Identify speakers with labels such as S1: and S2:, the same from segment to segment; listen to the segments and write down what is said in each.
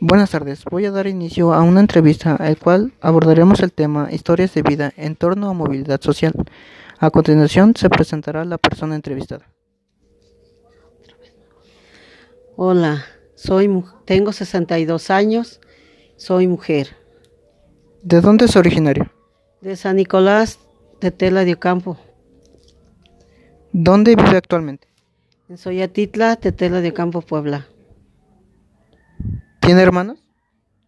S1: Buenas tardes, voy a dar inicio a una entrevista el cual abordaremos el tema historias de vida en torno a movilidad social. A continuación se presentará la persona entrevistada.
S2: Hola, soy mu- tengo 62 años, soy mujer
S1: ¿De dónde es originario?
S2: de San Nicolás de Tela de Ocampo,
S1: ¿Dónde vive actualmente?
S2: en Soyatitla de Tela de Ocampo, Puebla.
S1: ¿Tiene hermanos?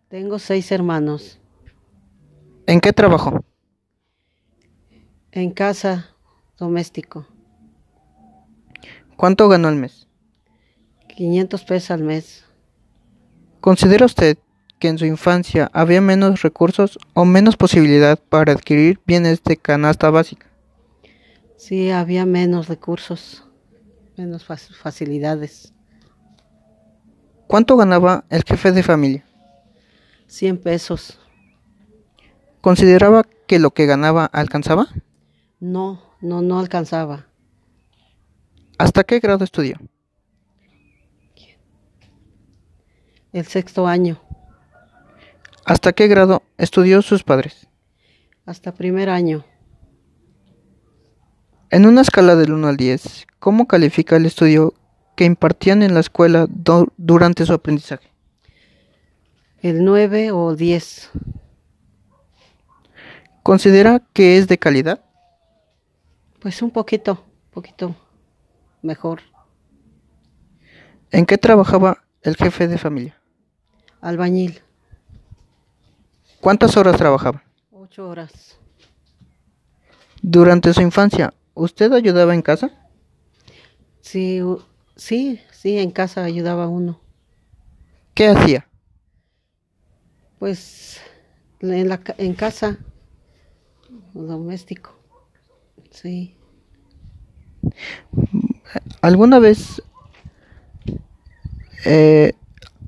S2: Tengo seis hermanos
S1: ¿En qué trabajó?
S2: en casa doméstico,
S1: ¿Cuánto ganó al mes?
S2: 500 pesos al mes.
S1: ¿Considera usted que en su infancia había menos recursos o menos posibilidad para adquirir bienes de canasta básica?
S2: Sí, había menos recursos, menos fac- facilidades.
S1: ¿Cuánto ganaba el jefe de familia?
S2: 100 pesos.
S1: ¿Consideraba que lo que ganaba alcanzaba?
S2: No, no, no alcanzaba.
S1: ¿Hasta qué grado estudió?
S2: El sexto año,
S1: ¿Hasta qué grado estudió sus padres?
S2: hasta primer año.
S1: En una escala del 1 al 10, ¿cómo califica el estudio que impartían en la escuela do- durante su aprendizaje?
S2: El 9 o 10.
S1: ¿Considera que es de calidad?
S2: Pues un poquito, poquito mejor.
S1: ¿En qué trabajaba el jefe de familia?
S2: Albañil,
S1: ¿Cuántas horas trabajaba?
S2: ocho horas.
S1: Durante su infancia, ¿usted ayudaba en casa?
S2: Sí, u- sí, sí, en casa ayudaba uno.
S1: ¿Qué hacía?
S2: Pues en, la, ca- en casa, doméstico. Sí.
S1: ¿Alguna vez eh,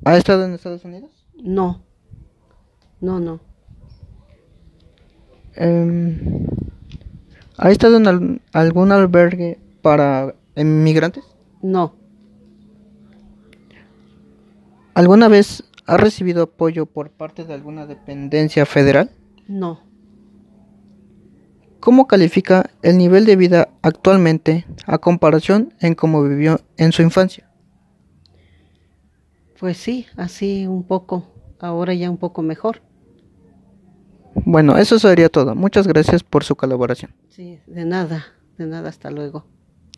S1: ha estado en Estados Unidos?
S2: No, no, no.
S1: Em, ¿Ha estado en al- algún albergue para inmigrantes?
S2: No,
S1: ¿Alguna vez ha recibido apoyo por parte de alguna dependencia federal?
S2: no.
S1: ¿Cómo califica el nivel de vida actualmente a comparación en cómo vivió en su infancia?
S2: Pues sí, así un poco. Ahora ya un poco mejor.
S1: Bueno, eso sería todo. Muchas gracias por su colaboración.
S2: Sí, de nada, de nada, hasta luego.